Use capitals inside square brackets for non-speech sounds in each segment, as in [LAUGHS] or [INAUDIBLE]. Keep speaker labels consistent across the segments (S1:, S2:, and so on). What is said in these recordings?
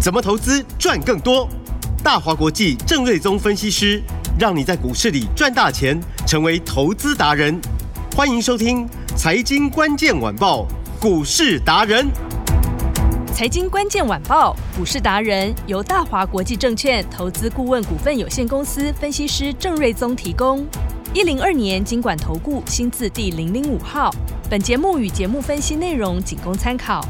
S1: 怎么投资赚更多？大华国际郑瑞宗分析师让你在股市里赚大钱，成为投资达人。欢迎收听《财经关键晚报》股市达人。
S2: 财经关键晚报股市达人由大华国际证券投资顾问股份有限公司分析师郑瑞宗提供。一零二年经管投顾新字第零零五号。本节目与节目分析内容仅供参考，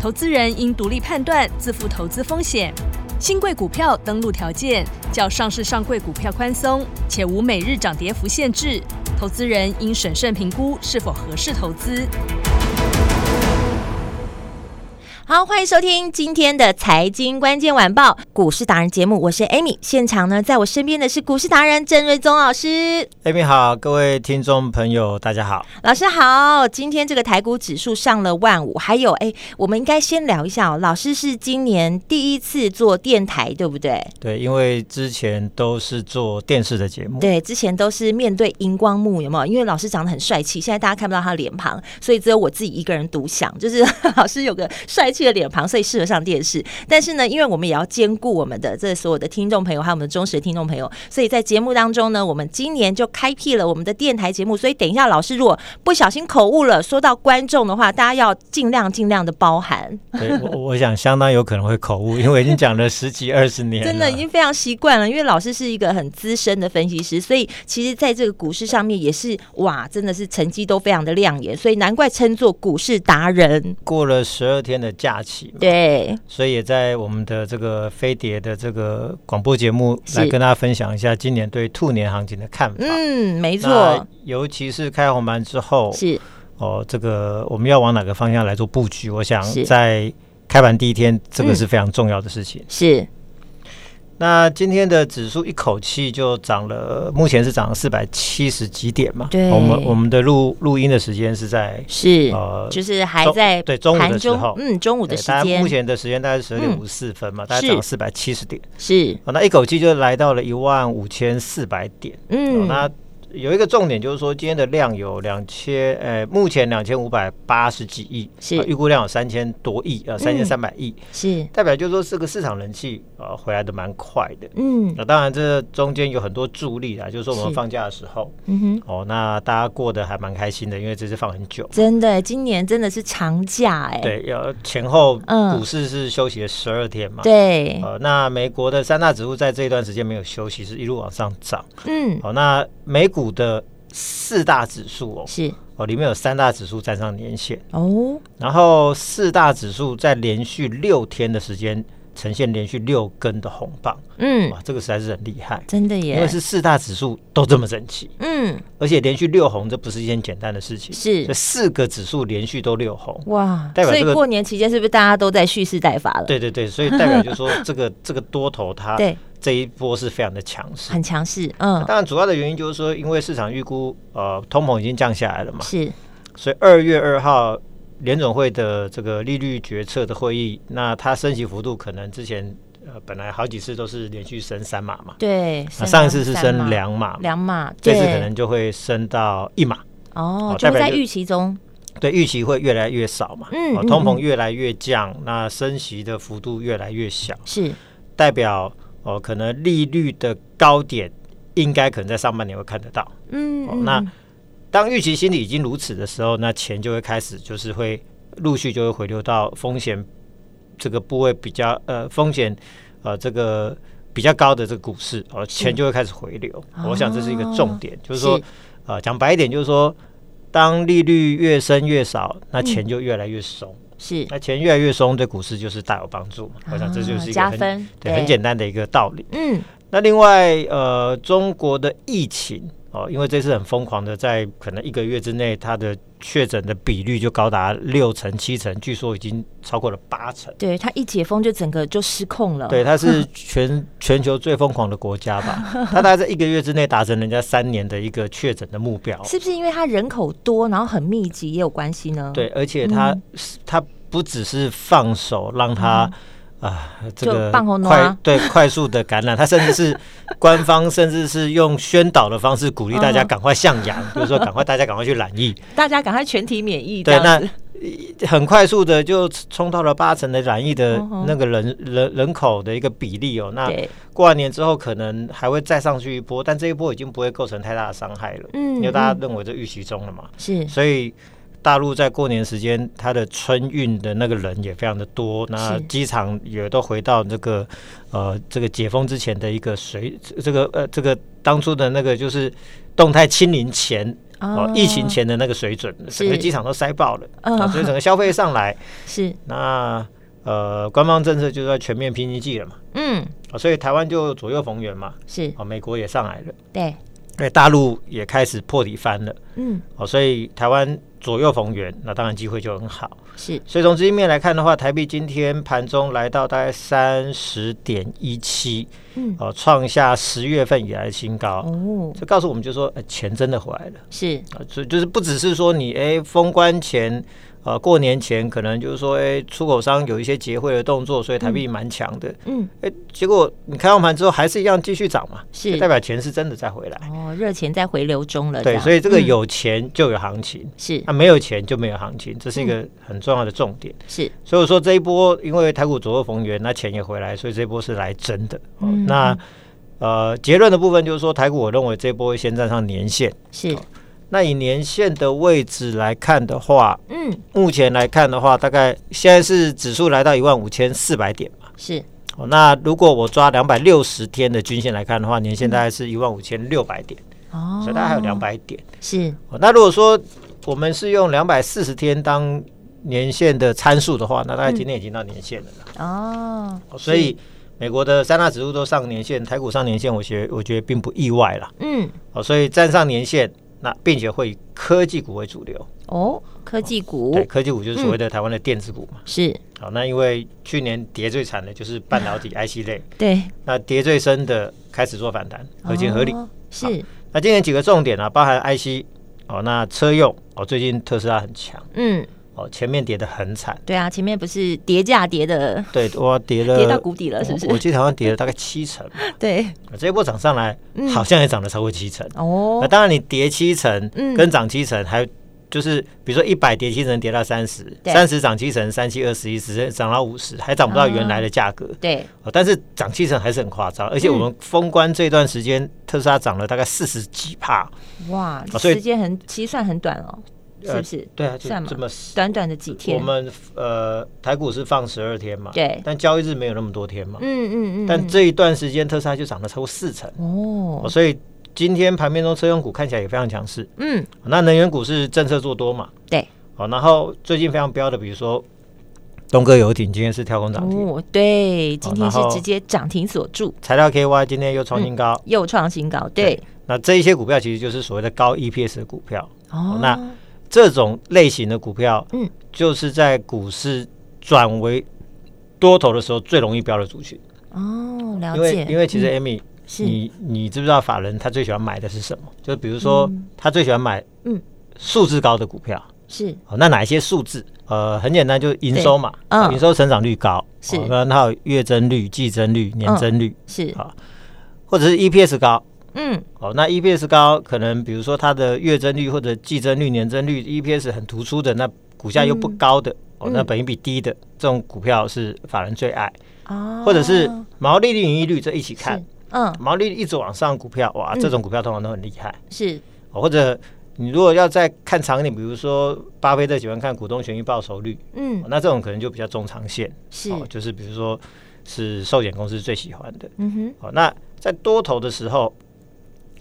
S2: 投资人应独立判断，自负投资风险。新贵股票登录条件较上市上柜股票宽松，且无每日涨跌幅限制。投资人应审慎评估是否合适投资。
S3: 好，欢迎收听今天的财经关键晚报股市达人节目，我是 Amy。现场呢，在我身边的是股市达人郑瑞宗老师。
S4: Amy 哎好，各位听众朋友，大家好。
S3: 老师好，今天这个台股指数上了万五，还有哎，我们应该先聊一下哦。老师是今年第一次做电台，对不对？
S4: 对，因为之前都是做电视的节目，
S3: 对，之前都是面对荧光幕，有没有？因为老师长得很帅气，现在大家看不到他的脸庞，所以只有我自己一个人独享。就是 [LAUGHS] 老师有个帅气的脸庞，所以适合上电视。但是呢，因为我们也要兼顾我们的这所有的听众朋友，还有我们的忠实的听众朋友，所以在节目当中呢，我们今年就开辟了我们的电台节目。所以等一下，老师如果不小心口误了，说到观众的话，大家要尽量尽量的包含。
S4: 对我我想相当有可能会口误，因为已经讲了十几二十年
S3: [LAUGHS]
S4: 了，
S3: 真的已经非常习惯了，因为老师是一个很资深的分析师，所以其实在这个股市上面也是哇，真的是成绩都非常的亮眼，所以难怪称作股市达
S4: [LAUGHS]
S3: 人。
S4: 过了十二天的假期嘛，
S3: 对，
S4: 所以也在我们的这个飞碟的这个广播节目
S3: 是
S4: 来跟大家分享一下今年对兔年行情的看法。
S3: 嗯，没
S4: 那哦
S3: 错，
S4: 尤其是开红盘之后，
S3: 是
S4: 哦，这个我们要往哪个方向来做布局？我想
S3: 是
S4: 在开盘第一天，这
S3: 嗯
S4: 个是非常重要的事情。
S3: 是，
S4: 那今天的指数一口气就涨了，目前是涨了四百七十几点嘛？
S3: 对
S4: 我们我们的录录音的时间是在
S3: 是，
S4: 呃
S3: 就是还
S4: 中
S3: 在
S4: 对中午
S3: 盘
S4: 的时
S3: 中
S4: 候，
S3: 嗯，中午的
S4: 对
S3: 时
S4: 大家
S3: 间
S4: 目前的时间大概是十二点
S3: 嗯
S4: 五十四分嘛，大概
S3: 是
S4: 涨四百七十点、
S3: 是，
S4: 哦，那一口气就来到了一万五千四百点、哦
S3: 嗯，
S4: 那有一个重点就是说，今天的量有两千，呃，目前两千五百八十几亿，
S3: 是嗯
S4: 啊预估量有三千多亿，呃，三千三百亿，
S3: 是，
S4: 代表就是说这个市场人气呃回来的蛮快的。
S3: 嗯
S4: 那当然，这中间有很多助力啦，就是说我们
S3: 是
S4: 放假的时候，
S3: 嗯哼。
S4: 哦，那大家过得还蛮开心的，因为这次放很久。
S3: 真的，今年真的是长假哎、
S4: 对，要前后
S3: 嗯
S4: 股市是休息了十二天嘛。。
S3: 对，
S4: 呃，那美国的三大指数在这一段时间没有休息，是一路往上涨。
S3: 嗯，
S4: 好、那美股的四大指数哦，
S3: 是
S4: 哦，里面有三大指数站上年线，
S3: 哦，
S4: 然后四大指数在连续六天的时间呈现连续六根的红棒，
S3: 嗯，
S4: 哇，这个实在是很厉害，
S3: 真的
S4: 因为
S3: 耶，
S4: 是四大指数都这么整齐。
S3: 嗯，
S4: 而且连续六红，这不是一件简单的事情。
S3: 是
S4: 这四个指数连续都六红。
S3: 哇，
S4: 代表
S3: 所以
S4: 这个
S3: 过年期间是不是大家都在蓄势待发了？
S4: 对对啊对，所以代表就是说， [LAUGHS] 这个这个多头它
S3: 对
S4: 这一波是非常的强势。
S3: 很强势，嗯，
S4: 当然，主要的原因就是说，因为市场预估呃通膨已经降下来了嘛，
S3: 是
S4: 所以二月二号联总会的这个利率决策的会议，那它升息幅度可能之前呃本来好几次都是连续升三码嘛，
S3: 对，
S4: 那
S3: 升
S4: 上一次是
S3: 三
S4: 升
S3: 嘛
S4: 两码嘛，
S3: 两码，
S4: 这
S3: 对，
S4: 次可能就会升到一码。
S3: 哦
S4: 哦，
S3: 就
S4: 代
S3: 会
S4: 表
S3: 在
S4: 就
S3: 预期中，
S4: 对，预期会越来越少嘛，
S3: 嗯
S4: 哦
S3: 嗯嗯
S4: 通膨越来越降，那升息的幅度越来越小，
S3: 是
S4: 代表哦，可能利率的高点应该可能在上半年会看得到。
S3: 嗯
S4: 哦
S3: 嗯，
S4: 那
S3: 嗯
S4: 当预期心理已经如此的时候，那钱就会开始就是会陆续就会回流到风险这个部位比较呃风险呃这个比较高的这个股市，哦，
S3: 嗯
S4: 钱就会开始回流。
S3: 哦
S4: 我想这是一个重点，就是说
S3: 是
S4: 呃讲白一点就是说。当利率越升越少，那
S3: 嗯
S4: 钱就越来越松。
S3: 是
S4: 那钱越来越松，对股市就是大有帮助嘛。哎我想这
S3: 啊
S4: 就是一个
S3: 加
S4: 很
S3: 分
S4: 对
S3: 对
S4: 很简单的一个道理。
S3: 嗯
S4: 那另外，呃，中国的疫情哦，因为这次很疯狂的，在可能一个月之内，它的确诊的比率就高达六成、七成，据说已经超过了八成。
S3: 对他一解封就整个就失控了，
S4: 对，它是全 [LAUGHS] 全球最疯狂的国家吧？
S3: [LAUGHS]
S4: 它大概在一个月之内达成人家三年的一个确诊的目标。
S3: 是不是因为他人口多，然后很密集也有关系呢？
S4: 对，，而且它、它不只是放手让它啊、
S3: 嗯
S4: 这
S3: 就
S4: 个
S3: 放红
S4: 快
S3: 暖
S4: 对快速的感染，它甚至
S3: [LAUGHS]
S4: 是官方甚至是用宣导的方式鼓励大家
S3: 嗯 [LAUGHS]
S4: 赶快向阳，就是说赶快大家赶快去染疫。
S3: 大家赶快全体免疫这
S4: 对，
S3: 样
S4: 那
S3: 子，
S4: 很快速的就冲到了八成的染疫的
S3: 嗯哼
S4: 那个人、人人口的一个比例哦。那
S3: 对，
S4: 过完年之后可能还会再上去一波，但这一波已经不会构成太大的伤害了，
S3: 嗯
S4: 因为大家
S3: 嗯
S4: 认为这预期中了嘛。
S3: 是
S4: 所以大陆在过年时间，它的春运的那个人也非常的多，那机场也都回到这个呃这个解封之前的一个水这个呃这个当初的那个就是动态清零前哦、疫情前的那个水准，整个
S3: 是
S4: 机场都塞爆了，
S3: 嗯
S4: 啊所以整个消费上来，
S3: 是
S4: 那呃官方政策就是要全面拼经济了嘛。
S3: 嗯
S4: 啊所以台湾就左右逢源嘛，
S3: 是
S4: 哦，美国也上来了，
S3: 对
S4: 哎，大陆也开始破底翻了，
S3: 嗯
S4: 哦，所以台湾左右逢源，那当然机会就很好。
S3: 是
S4: 所以从资金面来看的话，台币今天盘中来到大概三十点一七，
S3: 嗯
S4: 哦，创下十月份以来的新高。
S3: 哦
S4: 这告诉我们就说，呃钱真的回来了
S3: 是
S4: 啊，所以就是不只是说你哎封关前，呃过年前可能就是说哎出口商有一些结汇的动作，所以台币蛮强的，
S3: 嗯
S4: 哎、结果你开完盘之后还是一样继续涨嘛，
S3: 是
S4: 就代表钱是真的在回来。
S3: 哦热钱在回流中了，
S4: 对，
S3: 样
S4: 所以这个
S3: 嗯
S4: 有钱就有行情，
S3: 是
S4: 那、没有钱就没有行情，这是一
S3: 嗯
S4: 个很重要的重点。
S3: 是
S4: 所以我说这一波，因为台股左右逢源，那钱也回来，所以这一波是来真的。哦
S3: 嗯
S4: 那呃，结论的部分就是说，台股我认为这一波会先站上年线。
S3: 是
S4: 那以年线的位置来看的话，
S3: 嗯
S4: 目前来看的话，大概现在是指数来到一万五千四百点嘛。
S3: 是
S4: 哦，那如果我抓两百六十天的均线来看的话，年线
S3: 嗯
S4: 大概是一万五千六百点，
S3: 哦，
S4: 所以大概还有两百点。
S3: 是
S4: 哦那如果说我们是用两百四十天当年线的参数的话，那
S3: 嗯
S4: 大概今天已经到年线了啦、
S3: 哦
S4: 哦所以美国的三大指数都上年线，台股上年线，我觉我觉得并不意外啦。
S3: 嗯
S4: 哦，所以站上年线，那并且会以科技股为主流。
S3: 哦嗯科技股
S4: 对，科技股就是所谓的台湾的电子股嘛。
S3: 是
S4: 好、那因为去年跌最惨的就是半导体
S3: [LAUGHS]
S4: IC 类，
S3: 对
S4: 那跌最深的开始做反弹，合情合理。
S3: 哦是
S4: 那今年几个重点啊，包含 IC 哦，那车用哦，最近特斯拉很强。
S3: 嗯
S4: 哦，前面跌得很惨，
S3: 对啊前面不是叠价叠的
S4: 对，我跌了，
S3: 跌到谷底了是不是
S4: 我我记得好像跌了大概七成，
S3: 对
S4: 这一波涨上来，好像也涨了超过七成。那
S3: 嗯哦
S4: 当然，你跌七成
S3: 嗯，
S4: 跟涨七成，还就是比如说一百跌七成，跌到三十，
S3: 对
S4: 三十涨七成，三七二十一，直接涨到五十，还涨不到原来的价格。
S3: 对
S4: 哦但是涨七成还是很夸张，而且
S3: 嗯
S4: 我们封关这段时间，特斯拉涨了大概四十几帕。
S3: 哇
S4: 啊所以
S3: 时间很其实算很短哦是不是
S4: 呃对啊，就
S3: 算嘛
S4: 这么。
S3: 短短的几天
S4: 我们呃，台股是放十二天嘛，
S3: 对
S4: 但交易日没有那么多天嘛，
S3: 嗯嗯嗯
S4: 但
S3: 嗯
S4: 这一段时间特斯拉就涨了超过四成，
S3: 哦
S4: 哦所以今天盘面中车用股看起来也非常强势。哦
S3: 嗯
S4: 那能源股是政策做多嘛？
S3: 对。
S4: 好，然后最近非常标的，比如说东哥游艇今天是跳空涨停，
S3: 哦对今天
S4: 然
S3: 是
S4: 后
S3: 直接涨停锁住
S4: 材料 KY 今天又创
S3: 嗯
S4: 新高。
S3: 又创新高对
S4: 那这一些股票其实就是所谓的高 EPS 的股票，
S3: 哦
S4: 那这种类型的股票，
S3: 嗯，
S4: 就是在股市转为多头的时候最容易标的族群，
S3: 哦了
S4: 因
S3: 解嗯
S4: 为因为其实 Amy，、
S3: 是
S4: 你你知不知道法人他最喜欢买的是什么？就比如说他最喜欢买
S3: 嗯
S4: 数字高的股票。
S3: 是
S4: 哦，那哪一些数字？呃，很简单，就营收嘛，
S3: 对嗯
S4: 哦营收成长率高，
S3: 是嗯
S4: 哦然后月增率、季增率、年增率，
S3: 是
S4: 好或者是 EPS 高。
S3: 嗯
S4: 哦，那 EPS 高，可能比如说它的月增率或者季增率、年增率 EPS 很突出的，那股价又不
S3: 嗯
S4: 高的，哦，那本益比低的这种股票是法人最爱，
S3: 啊
S4: 或者是毛利率、盈利率这一起看
S3: 是，嗯
S4: 毛利率一直往上，股票哇，这种股票通常都很厉害。
S3: 是
S4: 哦或者你如果要再看长一点，比如说巴菲特喜欢看股东权益报酬率，
S3: 嗯
S4: 哦那这种可能就比较中长线，
S3: 是
S4: 哦，就是比如说是寿险公司最喜欢的。
S3: 嗯哼
S4: 哦，那在多头的时候，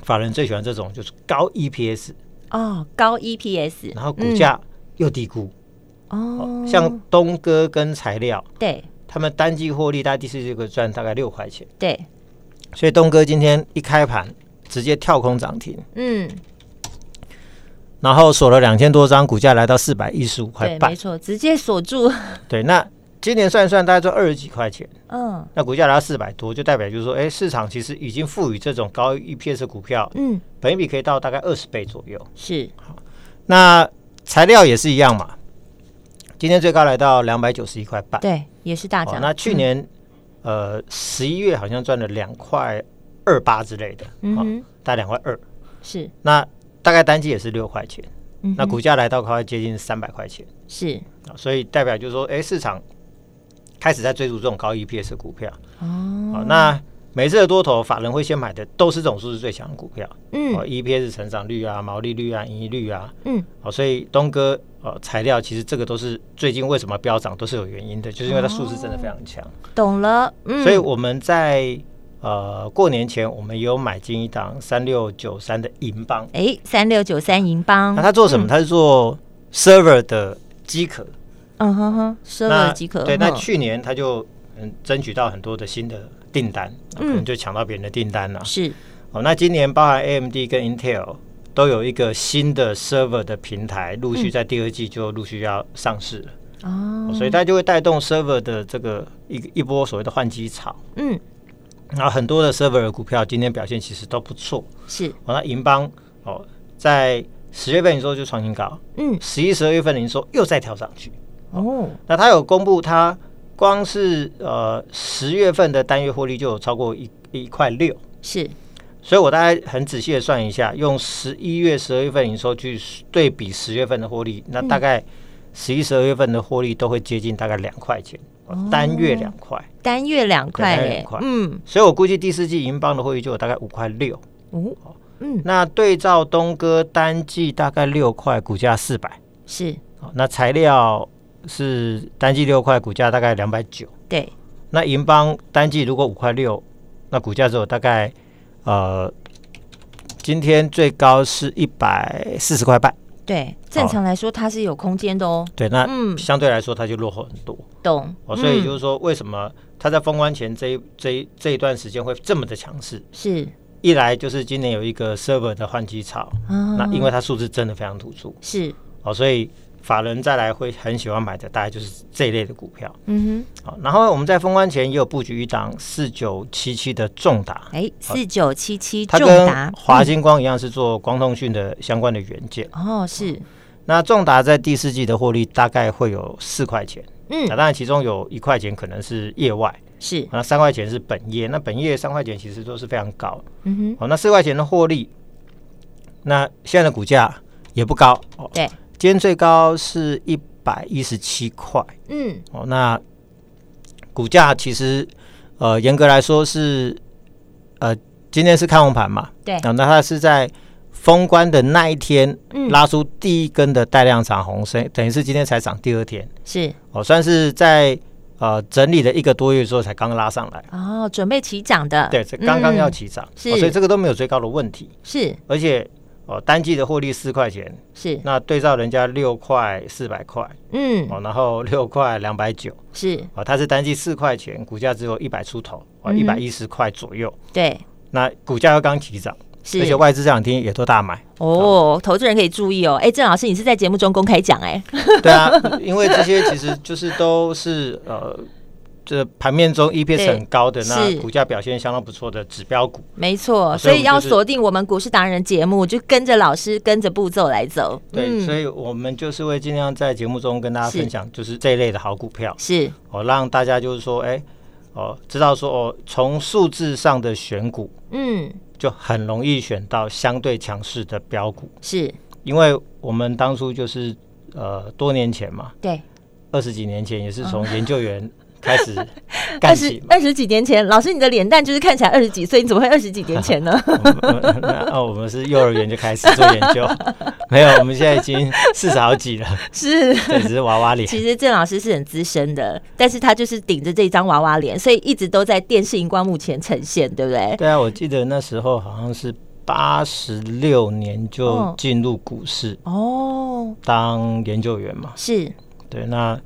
S4: 法人最喜欢这种就是高 EPS，
S3: 哦高 EPS
S4: 然后股价又低估，
S3: 嗯
S4: 哦
S3: 哦
S4: 像东哥跟材料，
S3: 对
S4: 他们单季获利大概第四季可以赚大概六块钱，
S3: 对
S4: 所以东哥今天一开盘直接跳空涨停。
S3: 嗯
S4: 然后锁了两千多张，股价来到四百一十五块
S3: 对
S4: 半
S3: 没。错直接锁住 [LAUGHS]
S4: 对，那今年算一算，大概赚二十几块钱。
S3: 嗯
S4: 那股价来到四百多，就代表就是说，哎，市场其实已经赋予这种高 EPS 的股票，
S3: 嗯
S4: 本益比可以到大概二十倍左右。
S3: 是
S4: 那材料也是一样嘛，今天最高来到两百九十一块半。
S3: 对也是大
S4: 哦
S3: 涨嗯
S4: 那去年、呃十一月好像赚了两块二八之类的，
S3: 嗯
S4: 哦
S3: 哼
S4: 大概两块二。
S3: 是
S4: 那大概单季也是六块钱，
S3: 嗯
S4: 那
S3: 哼
S4: 股价来到快接近三百块钱。
S3: 是
S4: 啊所以代表就是说，哎，市场开始在追逐这种高 EPS 的股票
S3: 哦，
S4: 啊。那每次的多头，法人会先买的都是这种数字最强的股票，哦
S3: 嗯
S4: ，EPS 成长率啊、毛利率啊、盈利率啊，
S3: 嗯，
S4: 哦，所以东哥呃材料其实这个都是最近为什么飙涨都是有原因的，就是因为它数字真的非常强，
S3: 懂了，哦嗯，
S4: 所以我们在呃过年前我们也有买进一档三六九三的银邦，
S3: 哎，三六九三银邦，
S4: 那它做什么？它是做 server 的机壳，
S3: 嗯哼哼，奢
S4: 那
S3: 侈即可，嗯
S4: 对，那
S3: 哼
S4: 去年它就嗯争取到很多的新的订单，
S3: 嗯
S4: 可能就抢到别人的订单了。
S3: 是
S4: 哦，那今年包含 AMD 跟 Intel 都有一个新的 server 的平台，陆续在第二季就陆续要上市了，
S3: 嗯哦，
S4: 所以它就会带动 server 的这个一一波所谓的换机潮。
S3: 嗯，
S4: 然后很多的 server 的股票今天表现其实都不错。
S3: 是
S4: 哦，那银邦哦，在十月份营收就创新高，
S3: 嗯
S4: 十一、十二月份的营收又再跳上去。
S3: 哦，
S4: 那它有公布它光是呃十月份的单月获利就有超过一一块六。
S3: 是
S4: 所以我大概很仔细的算一下，用十一月、十二月份营收去对比十月份的获利，那大概十一、十二月份的获利都会接近大概两块钱，哦单月两块。
S3: 单月两块
S4: 单月
S3: 耶
S4: 两块，
S3: 嗯
S4: 所以我估计第四季银邦的获利就有大概五块六。
S3: 哦，嗯
S4: 那对照东哥单季大概六块，股价四百，
S3: 是
S4: 哦那材料是单季六块，股价大概两百九。
S3: 对，
S4: 那银邦单季如果五块六，那股价只有大概呃，今天最高是一百四十块半。
S3: 对，正常来说它是有空间的哦，
S4: 对，那
S3: 嗯
S4: 相对来说它就落后很多。
S3: 懂，
S4: 哦，所以
S3: 嗯
S4: 就是说，为什么它在封关前这一这一这一段时间会这么的强势？
S3: 是
S4: 一来就是今年有一个 server 的换机潮，
S3: 啊
S4: 那因为它数字真的非常突出
S3: 是
S4: 哦，所以法人再来会很喜欢买的大概就是这一类的股票。
S3: 嗯
S4: 好、然后我们在封关前也有布局一档四九七七的重达
S3: 哼，，哎，四九七七
S4: 它
S3: 重
S4: 跟
S3: 达嗯
S4: 华星光一样是做光通讯的相关的元件。
S3: 哦是
S4: 那重达在第四季的获利大概会有四块钱，
S3: 嗯
S4: 那当然其中有一块钱可能是业外，
S3: 是
S4: 那三块钱是本业，那本业三块钱其实都是非常高。哦
S3: 嗯哼
S4: 好、那四块钱的获利，那现在的股价也不高，哦、
S3: 对，
S4: 今天最高是一百一十七块
S3: 嗯
S4: 哦。那股价其实呃，严格来说是呃，今天是看红盘嘛，
S3: 对
S4: 啊，那它是在封关的那一天
S3: 嗯
S4: 拉出第一根的带量长红，所以等于是今天才涨第二天，
S3: 是
S4: 哦，算是在呃整理了一个多月之后才刚拉上来，
S3: 哦准备起涨的，
S4: 对，这刚刚要
S3: 嗯
S4: 起涨，哦
S3: 是
S4: 所以这个都没有追高的问题，
S3: 是
S4: 而且哦单季的获利四块钱，
S3: 是
S4: 那对照人家六块四百块
S3: 嗯
S4: 哦，然后六块两百九
S3: 是
S4: 哦，它是单季四块钱，股价只有一百出头哦，一
S3: 嗯
S4: 百
S3: 哼
S4: 一十块左右，
S3: 对
S4: 那股价又刚起涨，而且
S3: 是。
S4: 外资这两天也都大买。
S3: 哦，投资人可以注意哦。哎，郑老师，你是在节目中公开讲哎，
S4: 对啊，因为这些其实就是都是呃，这盘面中 EPS 很高的，
S3: 是
S4: 那股价表现相当不错的指标股。
S3: 没错，所
S4: 所以我
S3: 以
S4: 们
S3: 要
S4: 就是
S3: 锁定我们股市达人节目，就跟着老师，跟着步骤来走。
S4: 对，
S3: 嗯
S4: 所以我们就是会尽量在节目中跟大家
S3: 是
S4: 分享，就是这一类的好股票，
S3: 是
S4: 哦，让大家就是说，哎，哦，知道说哦，从数字上的选股
S3: 嗯
S4: 就很容易选到相对强势的标股，
S3: 是，
S4: 因为我们当初就是呃多年前嘛，
S3: 对，
S4: 二十几年前也是
S3: 嗯
S4: 从研究员开
S3: [LAUGHS]
S4: 始干
S3: 二
S4: 起
S3: 十
S4: 嘛。
S3: 二十几年前，老师你的脸蛋就是看起来二十几岁，你怎么会二十几年前呢？
S4: [LAUGHS] 我们那哦，我们是幼儿园就开始做研
S3: [LAUGHS]
S4: 究，没有，我们现在已经四十好几了，
S3: 是。
S4: 对，只是娃娃脸。
S3: 其实郑老师是很资深的，但是他就是顶着这张娃娃脸，所以一直都在电视荧光幕前呈现，对不对？
S4: 对啊，我记得那时候好像是八十六年就
S3: 哦
S4: 进入股市
S3: 哦，
S4: 当研究员嘛，
S3: 是
S4: 对，那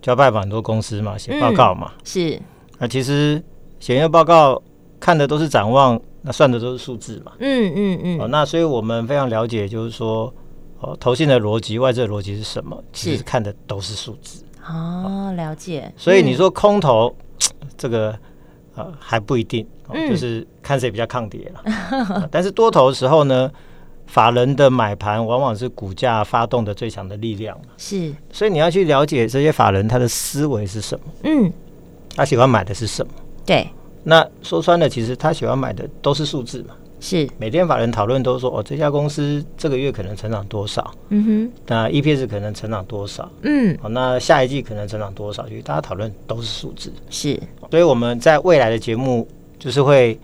S4: 就要拜访很多公司嘛，写报告嘛。
S3: 是，
S4: 那其实写研究报告看的都是展望，那算的都是数字嘛。
S3: 嗯嗯
S4: 哦，
S3: 嗯，
S4: 那所以我们非常了解，就是说，哦，投信的逻辑、外资的逻辑是什么？其
S3: 是
S4: 实看的都是数字。
S3: 哦，了解。
S4: 所以你
S3: 嗯
S4: 说空头，这个呃还不一定、哦
S3: 嗯
S4: 就是看谁比较抗跌了、啊但是多头的时候呢，法人的买盘往往是股价发动的最强的力量嘛
S3: 是，
S4: 所以你要去了解这些法人他的思维是什么，
S3: 嗯，
S4: 他喜欢买的是什么。
S3: 对，
S4: 那说穿了，其实他喜欢买的都是数字嘛，
S3: 是，
S4: 每天法人讨论都说哦，这家公司这个月可能成长多少，
S3: 嗯哼，
S4: 那 EPS 可能成长多少，
S3: 嗯，
S4: 哦，那下一季可能成长多少，其实大家讨论都是数字，
S3: 是，
S4: 所以我们在未来的节目就是会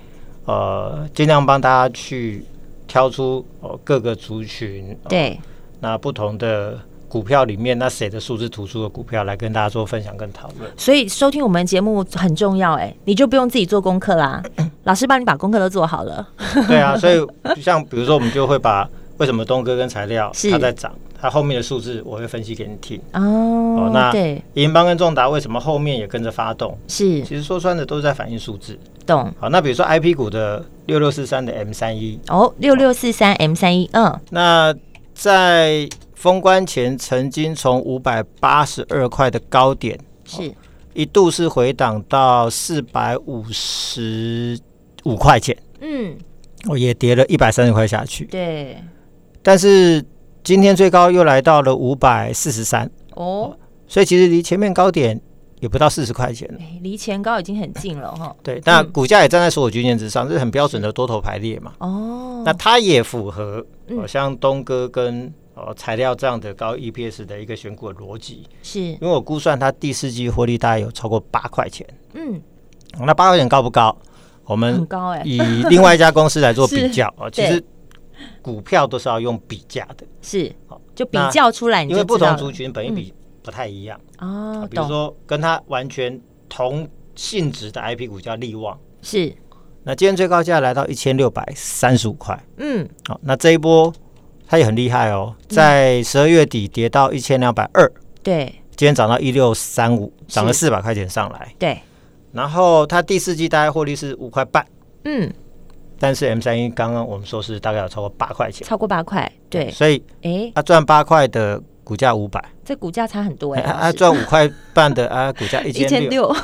S4: 呃尽量帮大家去挑出哦各个族群、哦
S3: 对，
S4: 那不同的股票里面，那谁的数字突出的股票来跟大家做分享跟讨论。
S3: 所以收听我们节目很重要哎、你就不用自己做功课
S4: [LAUGHS]
S3: 啦，老师帮你把功课都做好了，
S4: 对啊，所以像比如说，我们就会把为什么东哥跟材料
S3: 是
S4: 它在涨，它后面的数字我会分析给你听。
S3: 哦，
S4: 那
S3: 对，
S4: 银邦跟重达为什么后面也跟着发动？
S3: 是
S4: 其实说穿的都是在反映数字。
S3: 懂
S4: 好，那比如说 I P 股的六六四三的 M 三一，
S3: 哦，六六四三 M 三一，嗯，
S4: 那在封关前曾经从五百八十二块的高点哦
S3: 是
S4: 一度是回档到四百五十五块钱，
S3: 嗯，
S4: 哦，也跌了一百三十块下去。
S3: 对，
S4: 但是今天最高又来到了五百四十三，
S3: 哦，
S4: 所以其实离前面高点也不到四十块钱了。
S3: 哎离前高已经很近了哈，
S4: 对，那股价也站在所有均线之上，这是很标准的多头排列嘛。
S3: 哦，
S4: 那它也符合，
S3: 嗯
S4: 哦、像东哥跟哦材料这样的高 EPS 的一个选股的逻辑，
S3: 是，
S4: 因为我估算它第四季获利大概有超过八块钱，
S3: 嗯，
S4: 那八块钱高不高？我
S3: 很
S4: 们
S3: 高哎、
S4: 以另外一家公司来做
S3: [LAUGHS]
S4: 比较啊，哦其
S3: 对
S4: 实股票都是要用比价的，
S3: 是
S4: 好，
S3: 就比
S4: 那
S3: 较出来你
S4: 因
S3: 就
S4: 为不
S3: 知道
S4: 同
S3: 了
S4: 族群本益比不太一样。
S3: 哦
S4: 啊，比如
S3: 懂，
S4: 说跟它完全同性质的 IP 股叫利旺，
S3: 是，
S4: 那今天最高价来到一千六百三十五块，
S3: 嗯，
S4: 好、那这一波它也很厉害哦，在十二月底跌到一千两百二，
S3: 对
S4: 今天涨到一六三五，涨了四百块钱上来。
S3: 对，
S4: 然后它第四季大概获利是五块半，
S3: 嗯，
S4: 但是 M 三一刚刚我们说是大概有超过八块钱，
S3: 超过八块，对，
S4: 所以
S3: 哎，
S4: 它赚八块的股价五百，
S3: 这股价差很多
S4: 哎
S3: 哎，
S4: 它
S3: 老
S4: 它
S3: 师
S4: 赚五块半的啊，股价一
S3: 一
S4: 千
S3: 千
S4: 六， [LAUGHS]
S3: 六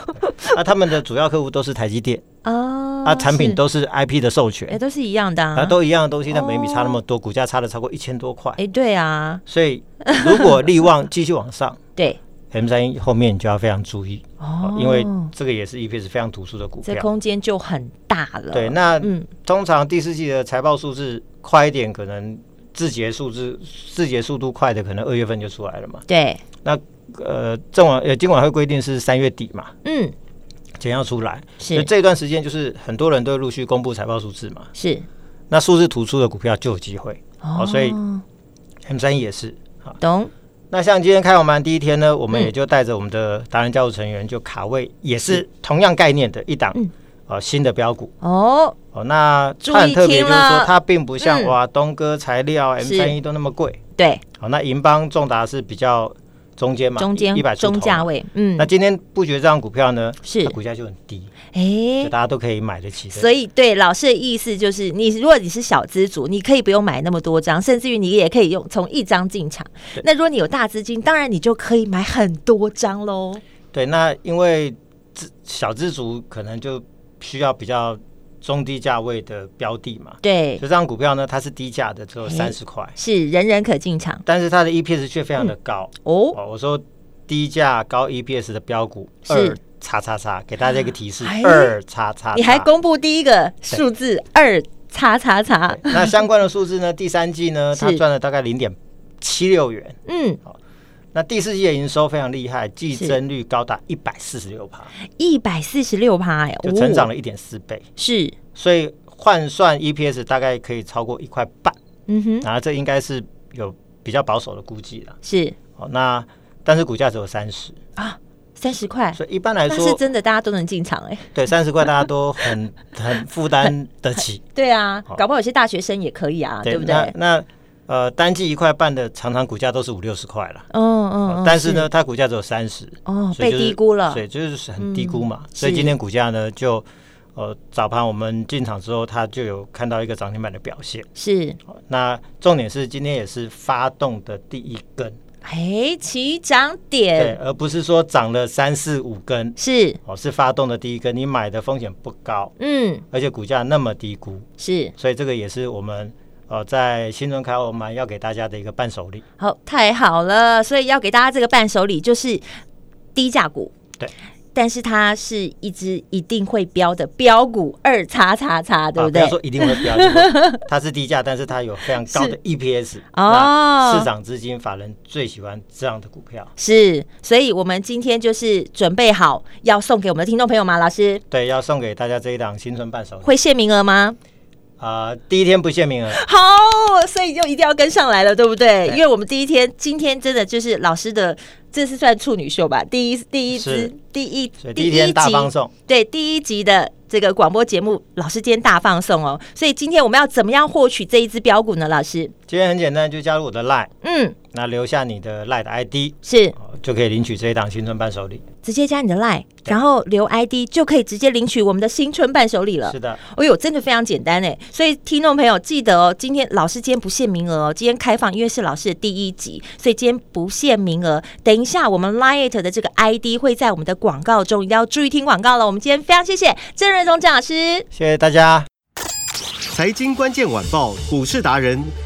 S4: 啊，他们的主要客户都是台积电。
S3: 啊
S4: 啊，产品
S3: 是
S4: 都是 IP 的授权
S3: 哎、，都是一样的啊。
S4: 啊，都一样的东西，但每笔
S3: 哦
S4: 差那么多，股价差了超过一千多块
S3: 哎、，对啊，
S4: 所以如果利旺继续往上
S3: 对
S4: ，M 三一后面你就要非常注意，
S3: 哦
S4: 哦，因为这个也是 EPS 非常突出的股
S3: 这
S4: 票。
S3: 空间就很大了。
S4: 对，那
S3: 嗯，
S4: 通常第四季的财报数字快一点，可能字节数字字节速度快的，可能二月份就出来了嘛。
S3: 对，
S4: 呃，政管呃，监管会规定是三月底嘛，
S3: 嗯，
S4: 前要出来，所以
S3: 是
S4: 这段时间就是很多人都陆续公布财报数字嘛，
S3: 是
S4: 那数字突出的股票就有机会。哦所以 M 三一也是啊，
S3: 懂
S4: 那像今天开红盘第一天呢，我们
S3: 嗯
S4: 也就带着我们的达人家族成员就卡位，也是同样概念的一档
S3: 嗯
S4: 呃新的标股
S3: 哦，
S4: 哦。那
S3: 注意
S4: 它很特别，
S3: 听
S4: 就是
S3: 了
S4: 说它并不像
S3: 嗯
S4: 哇东哥材料 M
S3: 是
S4: 三一都那么贵
S3: 对，
S4: 哦。那银邦重达是比较中间嘛，
S3: 中间
S4: 一百
S3: 中价。位，嗯
S4: 那，今天布局这张股票呢，
S3: 是
S4: 它股价就很低，
S3: 哎、
S4: 就大家都可以买得起的。
S3: 所以，对老师的意思就是，你如果你是小资族，你可以不用买那么多张，甚至于你也可以用从一张进场。那如果你有大资金，当然你就可以买很多张喽。
S4: 对，那因为自小资族可能就需要比较中低价位的标的嘛。
S3: 对
S4: 就，这张股票呢，它是低价的，只有
S3: 哎
S4: 三十块，
S3: 是人人可进场
S4: 但是它的 EPS 却非常的高。
S3: 哦。
S4: 哦，我说低价高 EPS 的标股
S3: 是
S4: 二叉叉叉，给大家一个提示
S3: 哎，
S4: 二叉叉，
S3: 你还公布第一个数字二叉叉叉
S4: 对，那相关的数字呢？第三季呢，
S3: 啊是
S4: 它赚了大概零点七六元。
S3: 嗯，
S4: 那第四季的营收非常厉害，季增率高达一百四十六趴，
S3: 一百四十六趴，哎，
S4: 就成长
S3: 哦
S4: 了一点四倍，
S3: 是，
S4: 所以换算 EPS 大概可以超过一块半，
S3: 嗯哼，
S4: 然后这应该是有比较保守的估计了。
S3: 是啊
S4: 哦，那但是股价只有三十，
S3: 三十块，
S4: 所以一般来
S3: 那是
S4: 说，
S3: 真的，大家都能进场，哎，
S4: 对三十块大家都很很负担得起，
S3: 对啊
S4: 好，
S3: 搞不好有些大学生也可以啊，对不对？
S4: 那那呃，单季一块半的，常常股价都是五六十块了。
S3: 嗯嗯
S4: 哦
S3: 嗯，
S4: 但是，呢，它股价只有三十、
S3: 哦，
S4: 所以
S3: 被
S4: 就是
S3: 低估了嗯
S4: 所，以就是很低估嘛。
S3: 是
S4: 所以今天股价呢，就呃早盘我们进场之后，它就有看到一个涨停板的表现。
S3: 是，
S4: 哦那重点是今天也是发动的第一根，
S3: 哎，起涨
S4: 对，
S3: 点
S4: 而不是说涨了三四五根，
S3: 是，
S4: 哦，是发动的第一根，你买的风险不高，
S3: 嗯，
S4: 而且股价那么低估，
S3: 是，
S4: 所以这个也是我们呃在新春开我们要给大家的一个伴手礼。
S3: 好，太好了，所以要给大家这个伴手礼就是低价股。
S4: 对。
S3: 但是它是一只一定会标的标股二叉叉叉，对
S4: 啊
S3: 不
S4: 不
S3: 对？
S4: 要说一定会标，就是说它
S3: [LAUGHS]
S4: 是低价，但是它有非常高的 EPS 那
S3: 哦
S4: 市场资金法人最喜欢这样的股票，
S3: 是，所以我们今天就是准备好要送给我们的听众朋友吗？老师
S4: 对，要送给大家这一档新春伴手礼
S3: 会限名额吗？
S4: 啊、第一天不限名额，
S3: 好，所以就一定要跟上来了，对不对？
S4: 对
S3: 因为我们第一天，今天真的就是老师的，这是算处女秀吧？第一第一支
S4: 是
S3: 第一
S4: 所以第一天大放送，
S3: 对第一集的这个广播节目，老师今天大放送哦。所以今天我们要怎么样获取这一支标股呢？老师，
S4: 今天很简单，就加入我的 Line，
S3: 嗯，
S4: 那留下你的 Line 的 ID，
S3: 是
S4: 哦就可以领取这一档新春伴手礼。
S3: 直接加你的 line，然后留 ID 就可以直接领取我们的新春伴手礼了
S4: 是。的，
S3: 哎呦，真的非常简单哎！所以听众朋友记得哦，今天老师今天不限名额哦，今天开放，因为是老师的第一集，所以今天不限名额。等一下，我们 Light 的这个 ID 会在我们的广告中，一定要注意听广告了。我们今天非常谢谢郑瑞宗郑老师。
S4: 谢谢大家。
S1: 财经关键晚报股市达人